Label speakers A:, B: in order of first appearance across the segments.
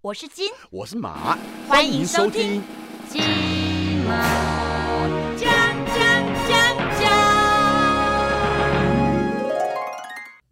A: 我是金，
B: 我是马，
A: 欢迎收听金马讲讲讲讲。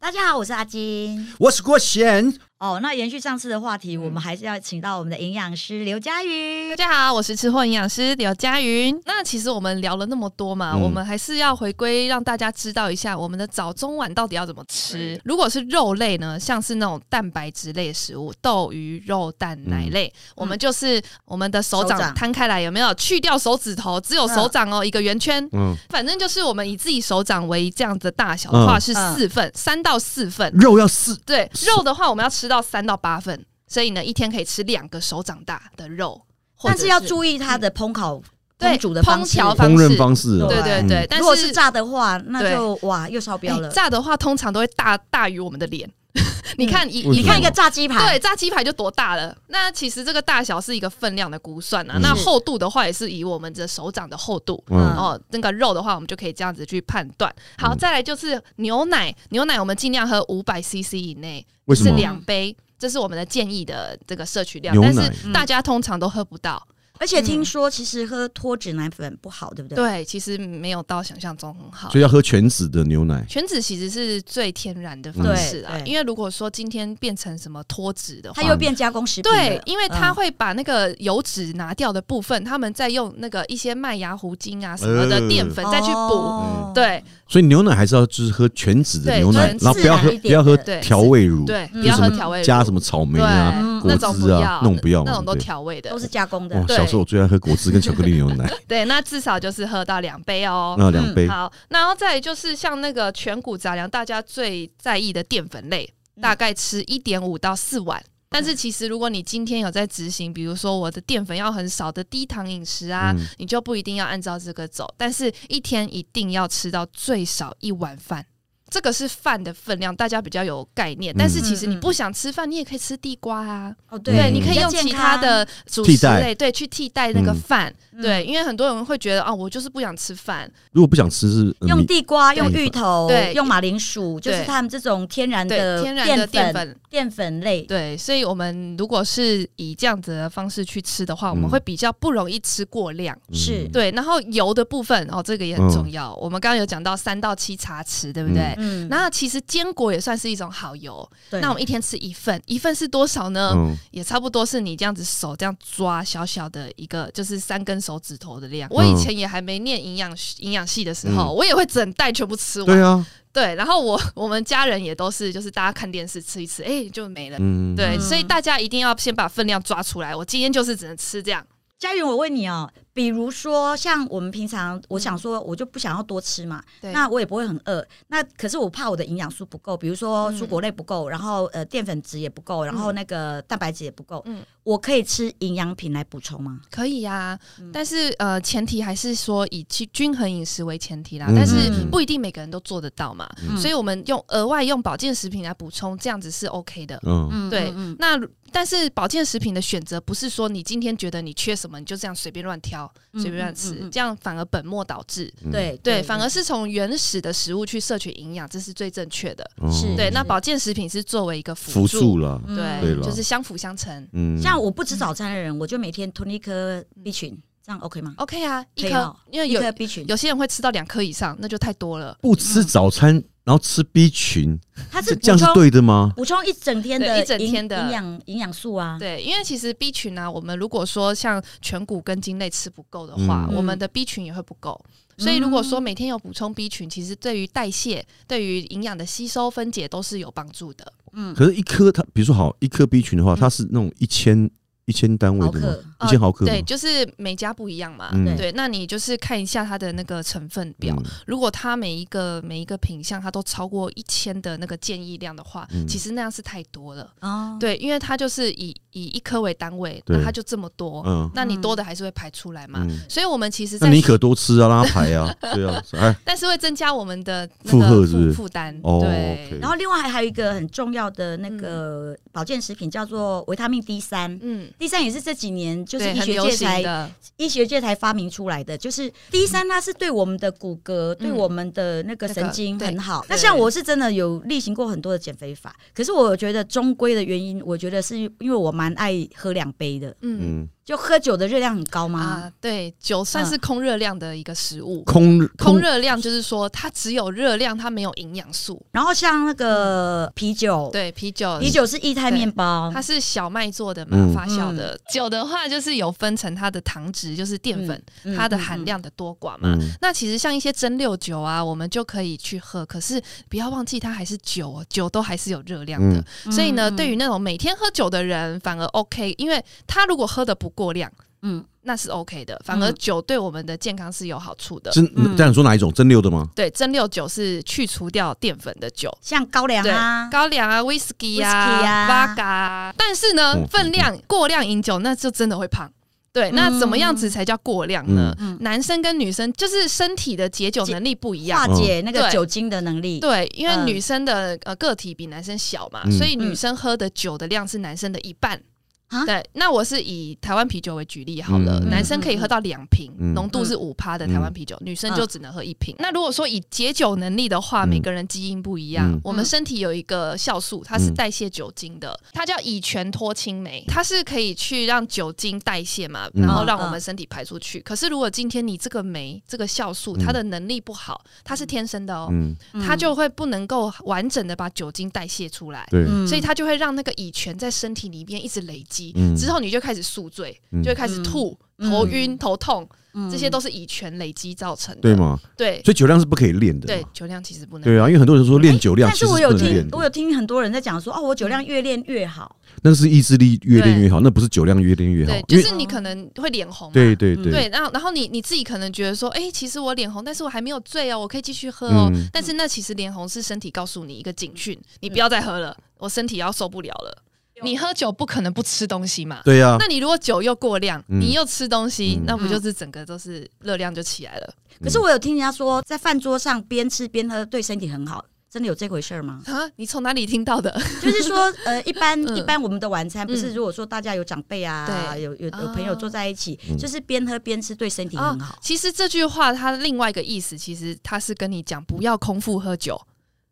A: 大家好，我是阿金。
B: 我是郭贤。
A: 哦，那延续上次的话题，我们还是要请到我们的营养师刘佳瑜
C: 大。家好，我是吃货营养师刘佳云。那其实我们聊了那么多嘛，
B: 嗯
C: 我们还是要回归让大家知道一下我们的早中晚到底要怎么吃。如果是肉类呢，像是那种蛋白质类的食物，豆鱼肉蛋奶类，
B: 嗯
C: 我们就是我们的手
A: 手掌
C: 掌摊开来，有没有去掉手指头，只有手掌哦，一个圆圈。
B: 嗯，
C: 反正就是我们以自己手掌为这样子的大小
B: 嗯
C: 的话，是四份，三、到四份。
B: 肉要四
C: 对肉的话，我们要吃到三到八份，所以呢，一天可以吃两个手掌大的肉。或者
A: 但是要注意它的烹烤、
C: 对
A: 烹煮的方
C: 烹
A: 式。
C: 调
B: 烹
C: 方
B: 饪
C: 式
B: 方式啊，
A: 对
C: 对对
B: 嗯
C: 对，但
A: 如果是炸的话，那
C: 对
A: 就哇又超标
C: 哎
A: 了。
C: 炸的话，通常都会大大于我们的脸。 你看一
B: 为什么
C: 一
A: 你
C: 看
A: 看
C: 一
A: 一
C: 个
A: 个炸鸡排，
C: 对炸鸡排就多大了？那其实这个大小是一个分量的估算啊。
B: 嗯
C: 那
A: 是
C: 厚度的话，也是以我们的手掌的厚度。
A: 嗯
C: 哦，那个肉的话，我们就可以这样子去判断。好，
B: 嗯
C: 再来就是牛奶，牛奶我们尽量喝五百 CC 以内，
B: 为什
C: 是
B: 么？
C: 两杯，这是我们的建议的这个摄取量。
B: 牛奶
C: 但是大家通常都喝不到，
A: 而且听说其实喝脱脂奶粉不好，嗯对不对？
C: 对，嗯其实没有到想象中很好
B: 所。以要喝全脂的牛奶。
C: 全脂其实是最天然的
B: 嗯
C: 方式啊
A: 对，对
C: 因为如果说今天变成什么脱脂的话
A: 它，又变加工食品了。
C: 对，因为它
A: 嗯
C: 会把那个油脂拿掉的部分，他们再用那个一些麦芽糊精啊什么的
B: 呃
C: 淀粉再去补，
A: 哦
C: 对
B: 所以牛奶还是要就是喝全脂的
C: 对
B: 牛奶
C: 全，脂
B: 然后不要喝
A: 一点
B: 不要喝
C: 对
B: 调味乳，
C: 对，
A: 嗯
C: 不要
B: 就
C: 喝
B: 什么
C: 调味乳，
B: 加什么草莓
C: 对
B: 啊。果
C: 那种
B: 汁
C: 不
B: 啊
C: 要，
B: 那种不要嘛
C: 那种都
B: 对
C: 调味的
A: 都，是加工的
B: 哇，。
C: 对
B: 小时候我最爱喝果汁跟巧克力牛奶，
C: 对，那至少就是喝到两杯哦。
B: 那两杯。
C: 好，然后再来就是像那个全谷杂粮，大家最在意的淀粉类，
A: 嗯
C: 大概吃一点五到四碗。但
B: 嗯
C: 是其实，如果你今天有在执行，比如说我的淀粉要很少的低糖饮食啊，
B: 嗯
C: 你就不一定要按照这个走。但是一天一定要吃到最少一碗饭，这个是饭的分量，大家比较有概念。但是其实你不想吃饭，你也可以吃地瓜啊，
A: 哦，
C: 对，
B: 嗯
C: 你可以用其他的主
B: 替
C: 食
B: 代
C: 类，对，去替代那个
B: 嗯
C: 饭。
A: 嗯
C: 对，因为很多人会觉得啊，我就是不想吃饭，
B: 如果不想吃是呃
A: 用
B: 米
A: 地瓜、用
B: 对
A: 芋头、
C: 嗯对
A: 用马铃薯，就是
C: 对
A: 他们这种天然的
C: 对，天然的淀
A: 粉、
C: 粉。
A: 淀粉类。
C: 对，所以我们如果是以这样子的方式去吃的话，我
B: 嗯
C: 们会比较不容易吃过量。
A: 是
B: 嗯
C: 对，然后油的部分哦，这个也很重要。我们刚刚有讲到三到七茶匙，对不对？
A: 嗯
C: 那其实坚果也算是一种好油。
A: 对
C: 那我们一天吃一份，一份是多少呢？
B: 嗯，
C: 也差不多是你这样子手这样抓小小的一个，就是三根手指头的量。我以前也还没念营养系营养系的时候，
B: 嗯
C: 我也会整袋全部吃完。
B: 对啊，
C: 对，然后我 我们家人也都是，就是大家看电视吃一吃，哎、就没了。
B: 嗯，
C: 对，
A: 嗯
C: 所以大家一定要先把分量抓出来。我今天就是只能吃这样。
A: 佳云，我问你哦，比如说像我们平常，我想说，我就不想要多吃嘛，
C: 嗯对
A: 那我也不会很饿。那可是我怕我的营养素不够，比如说
C: 嗯
A: 蔬果类不够，然后呃淀粉质也不够，然后那个蛋白质也不够。
C: 嗯
A: 我可以吃营养品来补充吗？
C: 可以呀、
A: 嗯
C: 但是呃，前提还是说以均均衡饮食为前提啦。
B: 嗯
C: 但是
A: 嗯
C: 不一定每个人都做得到嘛，
B: 嗯
C: 所以我们用额外用保健食品来补充，这样子是 OK 的。
B: 嗯，
A: 嗯
C: 对
A: 嗯
C: 那但是保健食品的选择不是说你今天觉得你缺什么你就这样随便乱挑、
A: 嗯
C: 随便
A: 嗯
C: 乱
A: 嗯
C: 吃
A: 嗯，
C: 这样反而本末倒置。
B: 嗯
A: 对
C: 对，反而是从原始的食物去摄取营养，这是最正确的。
B: 哦
A: 是
C: 对，
A: 嗯
C: 那保健食品是作为一个
B: 辅
C: 辅
B: 助，了，
A: 嗯
B: 对
C: 对，
B: 了
C: 就是相辅相成。
B: 嗯，
A: 像我不吃早餐的人，我就每天吞一颗 B 群，这样 OK 吗？
C: OK 啊，
A: 可
C: 一
A: 以
C: 颗
A: 哦，
C: 因为
A: 一
C: 有
A: 颗 B 群，
C: 有些人会吃到两颗以上，那就太多了。
B: 不吃早餐，然后吃 B 群，
A: 它
B: 这
A: 是
B: 这样是
A: 补充
B: 对的吗？
A: 补充一整天的
C: 对一整天的
A: 营营养营养素
B: 嗯
A: 啊。
C: 对，因为其实 B 群呢、啊我们如果说像全谷跟茎类吃不够的话，
B: 嗯
C: 我们的 B 群也会不够。
A: 嗯
C: 所以如果说每天有补充 B 群，其实对于代谢、对于营养的吸收分解都是有帮助的。
B: 可是，一颗它，比如说好，一颗 B 群的话，它是那种一千一千单位
A: 毫
B: 的吗？
A: 克，
B: 一千毫克吗，
C: 对，就是每家不一样嘛。
B: 嗯
C: 对，那你就是看一下它的那个成分表，
B: 嗯
C: 如果它每一个每一个品项它都超过一千的那个建议量的话，
B: 嗯
C: 其实那样是太多了。
A: 哦，
C: 对，因为它就是以以一颗为单位，
B: 对
C: 那它就这么多，
B: 嗯
C: 那你多的还是会排出来嘛。
B: 嗯，
C: 所以我们其实
B: 那
C: 在，
B: 你可多吃啊，拉排啊，对啊，哎，
C: 但是会增加我们的那
B: 负
C: 个
B: 荷
C: 负
B: 是不是
C: 负担。
B: 哦
C: 对
B: OK
A: 然后另外还有一个很重要的那个保健食品叫做维他命 D 三、
C: 嗯，
A: d 三也是这几年
C: 对
A: 就是医
C: 很
A: 学
C: 流
A: 界
C: 行
A: 才
C: 的，
A: 医学界才发明出来的，就是 D 三它是对我们的骨骼、对我们的那个神经
C: 嗯那个
A: 很好。
C: 对
A: 那像我是真的有例行过很多的减肥法，可是我觉得终归的原因，我觉得是因为我蛮爱喝两杯的，
C: 嗯
B: 嗯，
A: 就喝酒的热量很高吗？
C: 啊，对，酒算
A: 嗯
C: 是空热量的一个食物。
B: 空
C: 空热量就是说，它只有热量，它没有营养素。
A: 然后像那个啤酒，
C: 对，啤酒，
A: 啤酒是液态面包
C: 它，是小麦做的嘛，
B: 嗯
C: 发酵的。酒的话，就是有分成它的糖质，就是淀粉，
A: 嗯
C: 它的含。量的多寡嘛。
B: 嗯
C: 那其实像一些蒸馏酒啊，我们就可以去喝，可是不要忘记它还是酒哦，酒都还是有热量的。
A: 嗯
C: 所以呢，
A: 嗯
C: 对于那种每天喝酒的人反而 OK，因为他如果喝的不过量，
A: 嗯，
C: 那是 OK 的，反而
A: 嗯
C: 酒对我们的健康是有好处的。
B: 真
A: 嗯
B: 这样说哪一种真六的吗？
C: 对，蒸馏酒是去除掉淀粉的酒，
A: 像高粱
C: 对
A: 啊，
C: 高粱啊、威士忌
A: Whisky
C: 啊、
A: 啊
C: 八嘎、啊，但是呢
B: 嗯，
C: 分量过量饮酒那就真的会胖。对，那怎么样子才叫过量呢？
A: 嗯嗯
C: 男生跟女生就是身体的解酒能力不一样
A: 化。解那个
C: 对
A: 酒精的能力。
C: 对，因为
A: 嗯
C: 女生的、呃个体比男生小嘛，
B: 嗯
C: 所以女生喝的酒的量是男生的一半。
A: 啊
C: 对，那我是以台湾啤酒为举例好了，
B: 嗯
C: 男生可以喝到两瓶，
B: 嗯
C: 浓、度是五趴的台湾啤酒，女生就只能喝一瓶。那如果说以解酒能力的话，
B: 嗯
C: 每个人基因不一样，
B: 嗯
C: 我们身体有一个酵素，它是代谢酒精的，它叫乙醛脱氢酶，它是可以去让酒精代谢嘛，
B: 嗯
C: 然后让我们身体排出去。可是如果今天你这个酶这个酵素它的能力不好，它是天生的哦，
B: 嗯，
A: 嗯
C: 它就会不能够完整的把酒精代谢出来，
B: 对，
A: 嗯
C: 所以它就会让那个乙醛在身体里面一直累积，
B: 嗯
C: 之后你就开始宿醉，
B: 嗯
C: 就会开始吐、
A: 嗯
C: 头晕、头痛，
A: 嗯
C: 这些都是乙醛累积造成的。
B: 对？嘛，
C: 对
B: 所以酒量是不可以练的。
C: 对，酒量其实不能。
B: 对啊，因为很多人说练酒量，
A: 但
B: 其实
A: 是我
B: 不
A: 有
B: 能
A: 听
B: 练，的
A: 我有听很多人在讲说，哦，我酒量越练越好，
B: 那是意志力越练越好，那不是酒量越练越好
C: 对，，
B: 因
C: 就
B: 为
C: 是你可能会脸红嘛。
B: 对对
A: 嗯
B: 对，
C: 对然后然后你你自己可能觉得说，哎、其实我脸红，但是我还没有醉哦，我可以继续喝哦。
B: 嗯
C: 但是那其实脸红是身体告诉你一个警讯，你不要再喝了，我身体要受不了了。你喝酒不可能不吃东西嘛？
B: 对呀，
C: 那你如果酒又过量，
B: 嗯
C: 你又吃东西，
B: 嗯
C: 那不就是整个都是热量就起来了？？
A: 可是我有听人家说，在饭桌上边吃边喝对身体很好，真的有这回事儿吗
C: 啊，你从哪里听到的？
A: 就是说，呃，一般
C: 嗯
A: 一般我们的晚餐不是，
C: 嗯
A: 如果说大家有长辈啊，
C: 对
A: 有有有
C: 哦
A: 朋友坐在一起
B: 嗯，
A: 就是边喝边吃对身体很好
C: 其实这句话它另外一个意思，其实它是跟你讲不要空腹喝酒，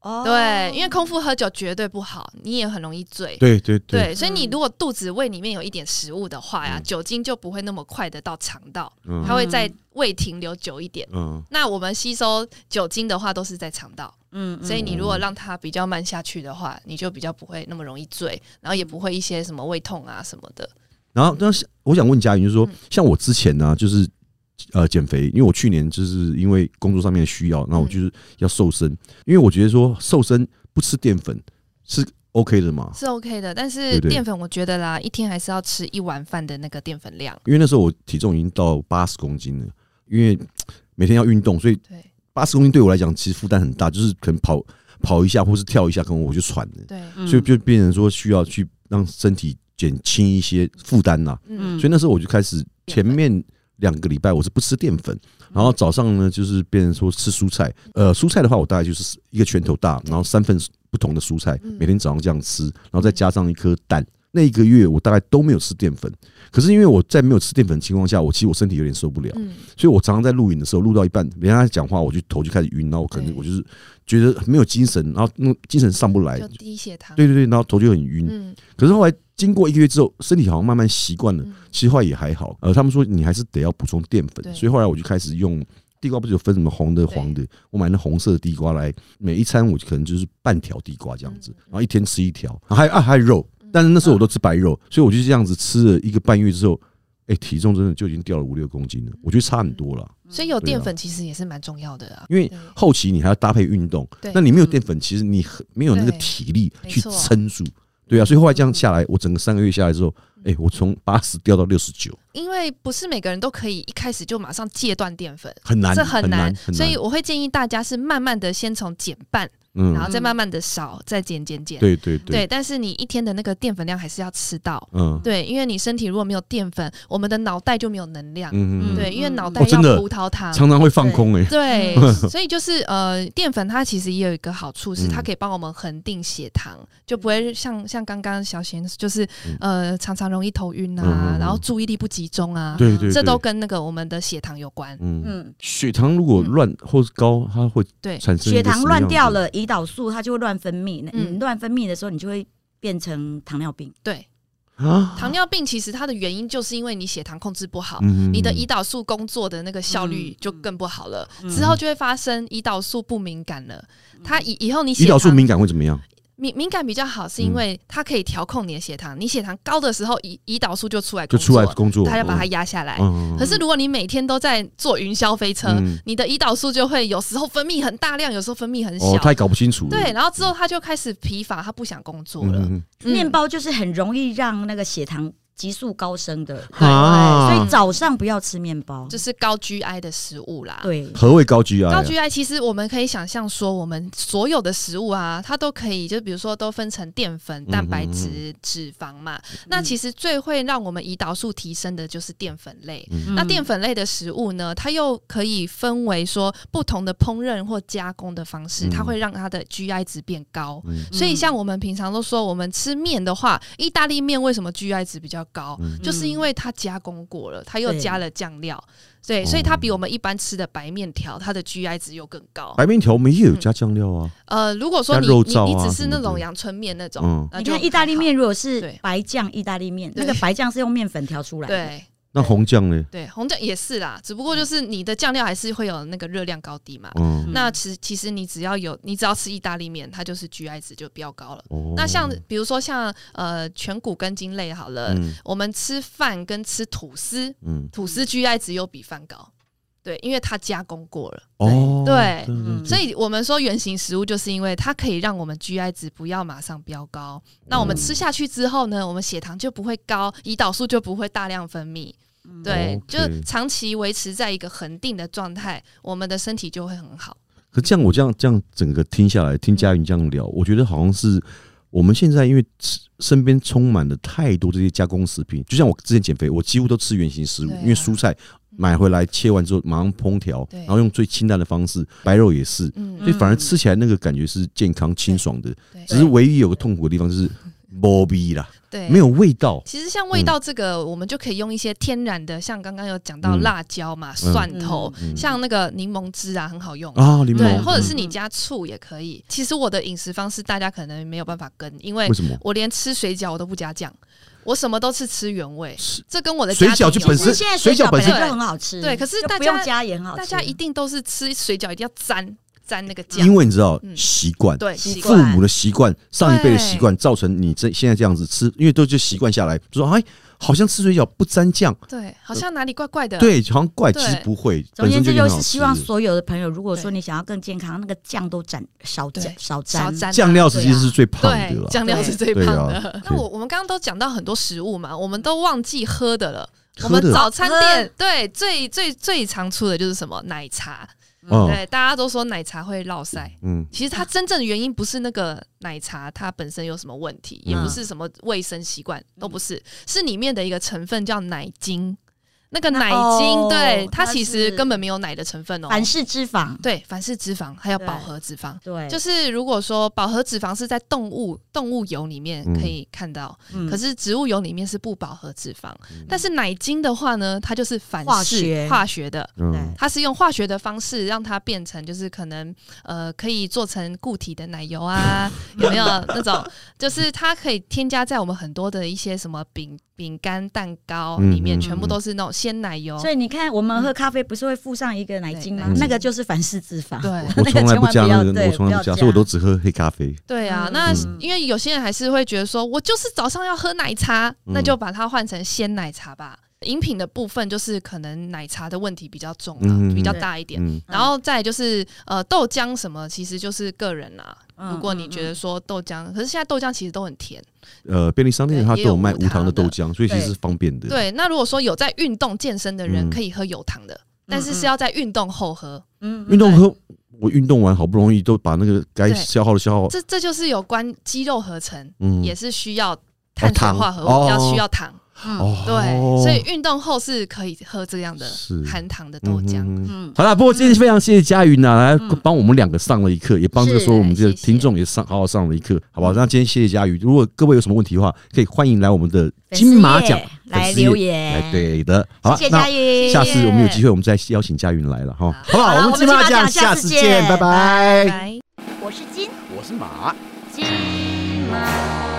A: 哦
C: 对，因为空腹喝酒绝对不好，你也很容易醉。
B: 对对
C: 对，
B: 对，
C: 所以你
A: 嗯
C: 如果肚子胃里面有一点食物的话呀，
B: 嗯
C: 酒精就不会那么快的到肠道，
B: 嗯
C: 它会在胃停留久一点。
B: 嗯
C: 那我们吸收酒精的话，都是在肠道，
A: 嗯嗯
C: 所以你如果让它比较慢下去的话，你就比较不会那么容易醉，然后也不会一些什么胃痛啊什么的。
B: 然后，但是我想问佳云，就是说
C: 嗯，
B: 像我之前呢、就是呃减肥，因为我去年就是因为工作上面的需要，那
C: 嗯
B: 我就是要瘦身，因为我觉得说瘦身不吃淀粉是 OK 的嘛，
C: 是 OK 的，但
B: 对
C: 是
B: 不对
C: 淀粉我觉得啦，一天还是要吃一碗饭的那个淀粉量。
B: 因为那时候我体重已经到八十公斤了，因为每天要运动，所以
C: 对
B: 八十公斤对我来讲其实负担很大，就是可能跑跑一下或是跳一下，可能我就喘了，
C: 对，
A: 嗯
B: 所以就变成说需要去让身体减轻一些负担呐。
C: 嗯，
B: 所以那时候我就开始前
C: 淀粉
B: 面两个礼拜我是不吃淀粉，
C: 嗯
B: 然后早上呢就是变成说吃蔬菜，呃，蔬菜的话我大概就是一个拳头大，然后三份不同的蔬菜，
C: 嗯
B: 每天早上这样吃，然后再加上一颗蛋。那一个月我大概都没有吃淀粉，可是因为我在没有吃淀粉的情况下，我其实我身体有点受不了，
C: 嗯，
B: 所以我常常在录影的时候，录到一半，人家在讲话，我就头就开始晕，然后可能
C: 对
B: 我就是觉得没有精神，然后那精神上不来
C: 就，低血糖。
B: 哎对对对，然后头就很晕，
C: 嗯，
B: 可是后来经过一个月之后，身体好像慢慢习惯了
C: 嗯，
B: 其实后来也还好。呃，他们说你还是得要补充淀
C: 对
B: 粉，所以后来我就开始用地瓜，不是有分什么红的、
C: 对
B: 黄的，我买那红色的地瓜来，每一餐我就可能就是半条地瓜这样子，
C: 嗯
B: 然后一天吃一条，然后还有啊还有肉，但是那时候我都吃白肉，所以我就这样子吃了一个半月之后，哎，体重真的就已经掉了五六公斤了，
C: 嗯
B: 我觉得差很多了。
C: 所以有
B: 啊
C: 淀粉其实也是蛮重要的啊。
B: 因为
C: 对
B: 后期你还要搭配运动
C: 对，
B: 那你没有淀粉，其实你很没有那个
C: 对
B: 体力
C: 没
B: 去
C: 错嗯
B: 撑住，对啊，所以后来这样下来，我整个三个月下来之后，哎，我从八十掉到六十九，
C: 因为不是每个人都可以一开始就马上戒断淀粉，
B: 很难，
C: 这很
B: 难，很
C: 所以
B: 难。
C: 我会建议大家是慢慢的先从减半
B: 嗯
C: 然，后再慢慢的少，再减减减。
B: 对对对，
C: 对，但是你一天的那个淀粉量还是要吃到。
B: 嗯
C: 对，因为你身体如果没有淀粉，我们的脑袋就没有能量。
B: 嗯嗯，
C: 啊对，
B: 嗯，
C: 因为脑袋
B: 哦真的
C: 要葡萄糖。
B: 常常会放空哎，
C: 对，
A: 嗯
C: 所以就是呃，淀粉它其实也有一个好处
B: 嗯
C: 是，它可以帮我们恒定血糖，就不会像像刚刚小贤就是呃常常容易头
B: 嗯
C: 晕啊，
B: 嗯嗯
C: 然后注意力不集中啊，
B: 对对，
C: 这
B: 对
C: 都跟那个我们的血糖有关。
B: 嗯，
A: 嗯，
B: 血糖如果
C: 嗯
B: 乱或是高，它会
C: 对
B: 产生一
A: 血
B: 个什
A: 糖
B: 么
A: 乱
B: 样
A: 掉
B: 的，
A: 了，胰岛素它就会乱分泌，
C: 嗯
A: 嗯，乱分泌的时候，你就会变成糖尿病。
C: 对，
B: 啊，
C: 糖尿病其实它的原因就是因为你血糖控制不好，
B: 嗯
C: 你的胰岛素工作的那个效率就更不好了，
A: 嗯
C: 之后就会发生胰岛素不敏感了。它以以后你血
B: 胰岛素
C: 糖
B: 敏嗯感会怎么样？
C: 敏敏感比较好，是因为它可以调控你的血糖。你血糖高的时候，胰胰岛素就出来
B: 就
C: 工
B: 出
C: 作
B: 来
C: 了，
B: 工作，
C: 它要把它
B: 嗯
C: 压下来。
B: 嗯，嗯
C: 可是如果你每天都在坐云霄飞车，
B: 嗯
C: 你的胰岛素就会有时候分泌很大量，有时候分泌很小。
B: 哦，他也搞不清楚了，
C: 对，然后之后它就开始疲乏，它不想工作
B: 嗯
C: 了。
B: 嗯
C: 嗯
A: 面包就是很容易让那个血糖急速高升的，
B: 嗯啊，
A: 所以早上不要吃面包。
C: 就是高 GI 的食物啦。
A: 对，
B: 何谓高 GI？啊
C: 高 GI 其实我们可以想象说，我们所有的食物啊，它都可以，就比如说都分成淀粉、蛋白质、脂肪嘛。那其实最会让我们胰岛素提升的就是淀粉类。
A: 嗯
C: 那淀粉类的食物呢，它又可以分为说不同的烹饪或加工的方式，
B: 嗯
C: 它会让它的 GI 值变高。
B: 嗯
C: 所以像我们平常都说，我们吃面的话，意大利面为什么 GI 值比较高？
B: 嗯
C: 就是因为它加工过了，它又加了酱料，对，
B: 哦
C: 所以它比我们一般吃的白面条，它的 GI 值又更高。
B: 白面条我们也有
C: 嗯
B: 加酱料啊，
C: 呃，如果说你
B: 加肉
C: 你
B: 燥啊
C: 你只是那
B: 什么
C: 种
B: 的
C: 阳春面那种，
B: 嗯，
C: 那
A: 你
C: 就
A: 看意大利面，如果是
C: 对
A: 白酱意大利面，
C: 对
A: 那个白酱是用面粉调出来
C: 还好，
A: 的。
C: 对
B: 那红酱呢？
C: 对，红酱也是啦，只不过就是你的酱料还是会有那个热量高低嘛。
B: 嗯，
C: 那其实其实你只要有，你只要吃意大利面，它就是 GI 值就飙高了。
B: 哦
C: 那像呃比如说像呃全谷根茎类好了，
B: 嗯
C: 我们吃饭跟吃吐司，
B: 嗯
C: 吐司 GI 值又比饭高，对，因为它加工过了。
B: 哦
C: 对
A: 嗯
C: 所以我们说原型食物，就是因为它可以让我们 GI 值不要马上飙高。那我们
B: 嗯
C: 吃下去之后呢，我们血糖就不会高，胰岛素就不会大量分泌。对
B: OK
C: 就长期维持在一个恒定的状态，我们的身体就会很好。
B: 可这样我这样这样整个听下来，听佳云这样聊，我觉得好像是我们现在因为吃身边充满了太多这些加工食品，就像我之前减肥，我几乎都吃原形食物，
C: 对啊
B: 因为蔬菜买回来切完之后马上烹调，
C: 对
B: 然后用最清淡的方式，白肉也是，
C: 嗯，
B: 所以反而吃起来那个感觉是健康清爽的。
C: 对
B: 只是唯一有个痛苦的地方就是 磨逼啦，
C: 对，
B: 没有味道。
C: 其实像味道这个，我们就可以用一些天然的，像刚刚有讲到
B: 嗯
C: 辣椒嘛、蒜头，像那个柠檬汁啊，很好用。
B: 啊，柠
C: 对，
B: 檬，
C: 或者是你加醋也可以。其实我的饮食方式大家可能没有办法跟，因为
B: 为什么？
C: 我连吃水饺我都不加酱，我什么都是吃原味
B: 是。
C: 这跟我的
B: 水
C: 家庭
B: 饺就
C: 有
B: 本
C: 关
B: 身
A: 现在水
B: 水
A: 饺
B: 饺本
A: 本
B: 身
A: 来就很好吃，
C: 对可是
A: 就
C: 大家
A: 不用加也很好吃。
C: 大家一定都是吃水饺一定要沾沾那个酱
B: 因，为你知道
C: 嗯
B: 习惯，
C: 对，
A: 习
C: 习
B: 父
C: 惯
A: 惯
B: 母的习惯，上一辈的习惯，造成你这现在这样子吃，因为都就习惯下来，就说哎，好像吃水饺不沾酱，
C: 对，好像哪里怪怪的。
B: 对，好像怪，其
C: 对
B: 实不会，
A: 总而
B: 本
A: 言
B: 身
A: 之，
B: 就
A: 就
B: 很好
A: 是
B: 吃
A: 希望所有的朋友，如果说
C: 对
A: 你想要更健康，那个酱都沾少沾
C: 对
A: 少
C: 少
A: 沾。
C: 沾啊
B: 酱料其实是最胖的
C: 对
B: 啦，
C: 酱料是最
B: 对
C: 胖
B: 啊
C: 的。
B: 对
C: 那我我们刚刚都讲到很多食物嘛，我们都忘记喝的了。我
B: 喝
C: 们
B: 的
C: 早餐店对最最最常出的就是什么奶茶，
B: 嗯
C: 对，大家都说奶茶会落腮。
B: 嗯
C: 其实它真正的原因不是那个奶茶它本身有什么问题，也
B: 嗯
C: 不是什么卫生习惯，都不是，是里面的一个成分叫奶精。那个奶精，
A: 哦
C: 对它
A: 它
C: 其实
A: 是
C: 根本没有奶的成分哦，
A: 反式脂肪，
C: 对反式脂肪还有
A: 对
C: 饱和脂肪。
B: 哎
A: 对，
C: 就是如果说饱和脂肪是在动物动物油里面
B: 嗯
C: 可以看到，
A: 嗯
C: 可是植物油里面是不饱和脂肪。
B: 嗯
C: 但是奶精的话呢，它就是反式
A: 化学
C: 化学的，
B: 嗯
A: 对
C: 它是用化学的方式让它变成，就是可能呃可以做成固体的奶 油啊，有没有那种？就是它可以添加在我们很多的一些什么饼、饼干、蛋糕里面，
B: 嗯嗯
C: 全部都是那种鲜奶油。
A: 所以你看，我们喝咖啡不是会附上一个奶精吗
C: 对？
A: 那个就是反式脂肪。
C: 对
B: 嗯我从来不加那
A: 那个千万不要
B: 个，我从来不
A: 对不要
B: 加，
A: 加
B: 所以我都只喝黑咖啡。
C: 对啊，
A: 嗯
C: 那
B: 嗯
C: 因为有些人还是会觉得说，我就是早上要喝奶茶，
B: 嗯
C: 那就把它换成鲜奶茶吧。饮品的部分就是可能奶茶的问题比较重啊，
B: 嗯嗯嗯
C: 比较大一点。
B: 嗯，
C: 然后再来就是呃豆浆什么，其实就是个人啦、
A: 嗯
C: 如果你觉得说豆浆，可是现在豆浆其实都很甜。
B: 呃，便利商店
C: 对
B: 它都
C: 也有
B: 有卖无
C: 无
B: 糖的
C: 糖的
B: 豆浆，所以其实
A: 对
B: 是方便的。，
C: 对，那如果说有在运动健身的人，
B: 嗯
C: 可以喝有糖的，但是
A: 嗯
C: 是要在运动后喝。
A: 嗯，嗯
B: 运动喝我运动完好不容易都把那个该消耗的消耗，
C: 这这就是有关肌肉合成，
B: 嗯，
C: 也是需要碳水化合物，
B: 糖哦
C: 要需要糖。
A: 嗯
B: 哦，
C: 对，所以运动后是可以喝这样的
B: 是
C: 含糖的豆浆。
B: 嗯哼哼
A: 嗯，
B: 好啦，不过今天非常谢谢佳云呐，来
A: 嗯
B: 帮我们两个上了一课，也帮这个
A: 是
B: 所有我们这个
C: 谢谢
B: 听众也上好好上了一课，好不好？那今天谢谢佳云，如果各位有什么问题的话，可以欢迎来我们的金马奖
A: 来
B: 粉丝页
A: 留言，
B: 来，对的，好吧
A: 谢谢
B: 那
A: 佳云，
B: 下次我们有机会，我们再邀请佳云来了哈，好不
A: 好
B: 好？
A: 了
B: 们金马
A: 我
B: 奖
A: 们金马
B: 下
A: 奖下次
B: 次
A: 见
B: 见，拜拜。
C: 来。
A: 我是金。
D: 金马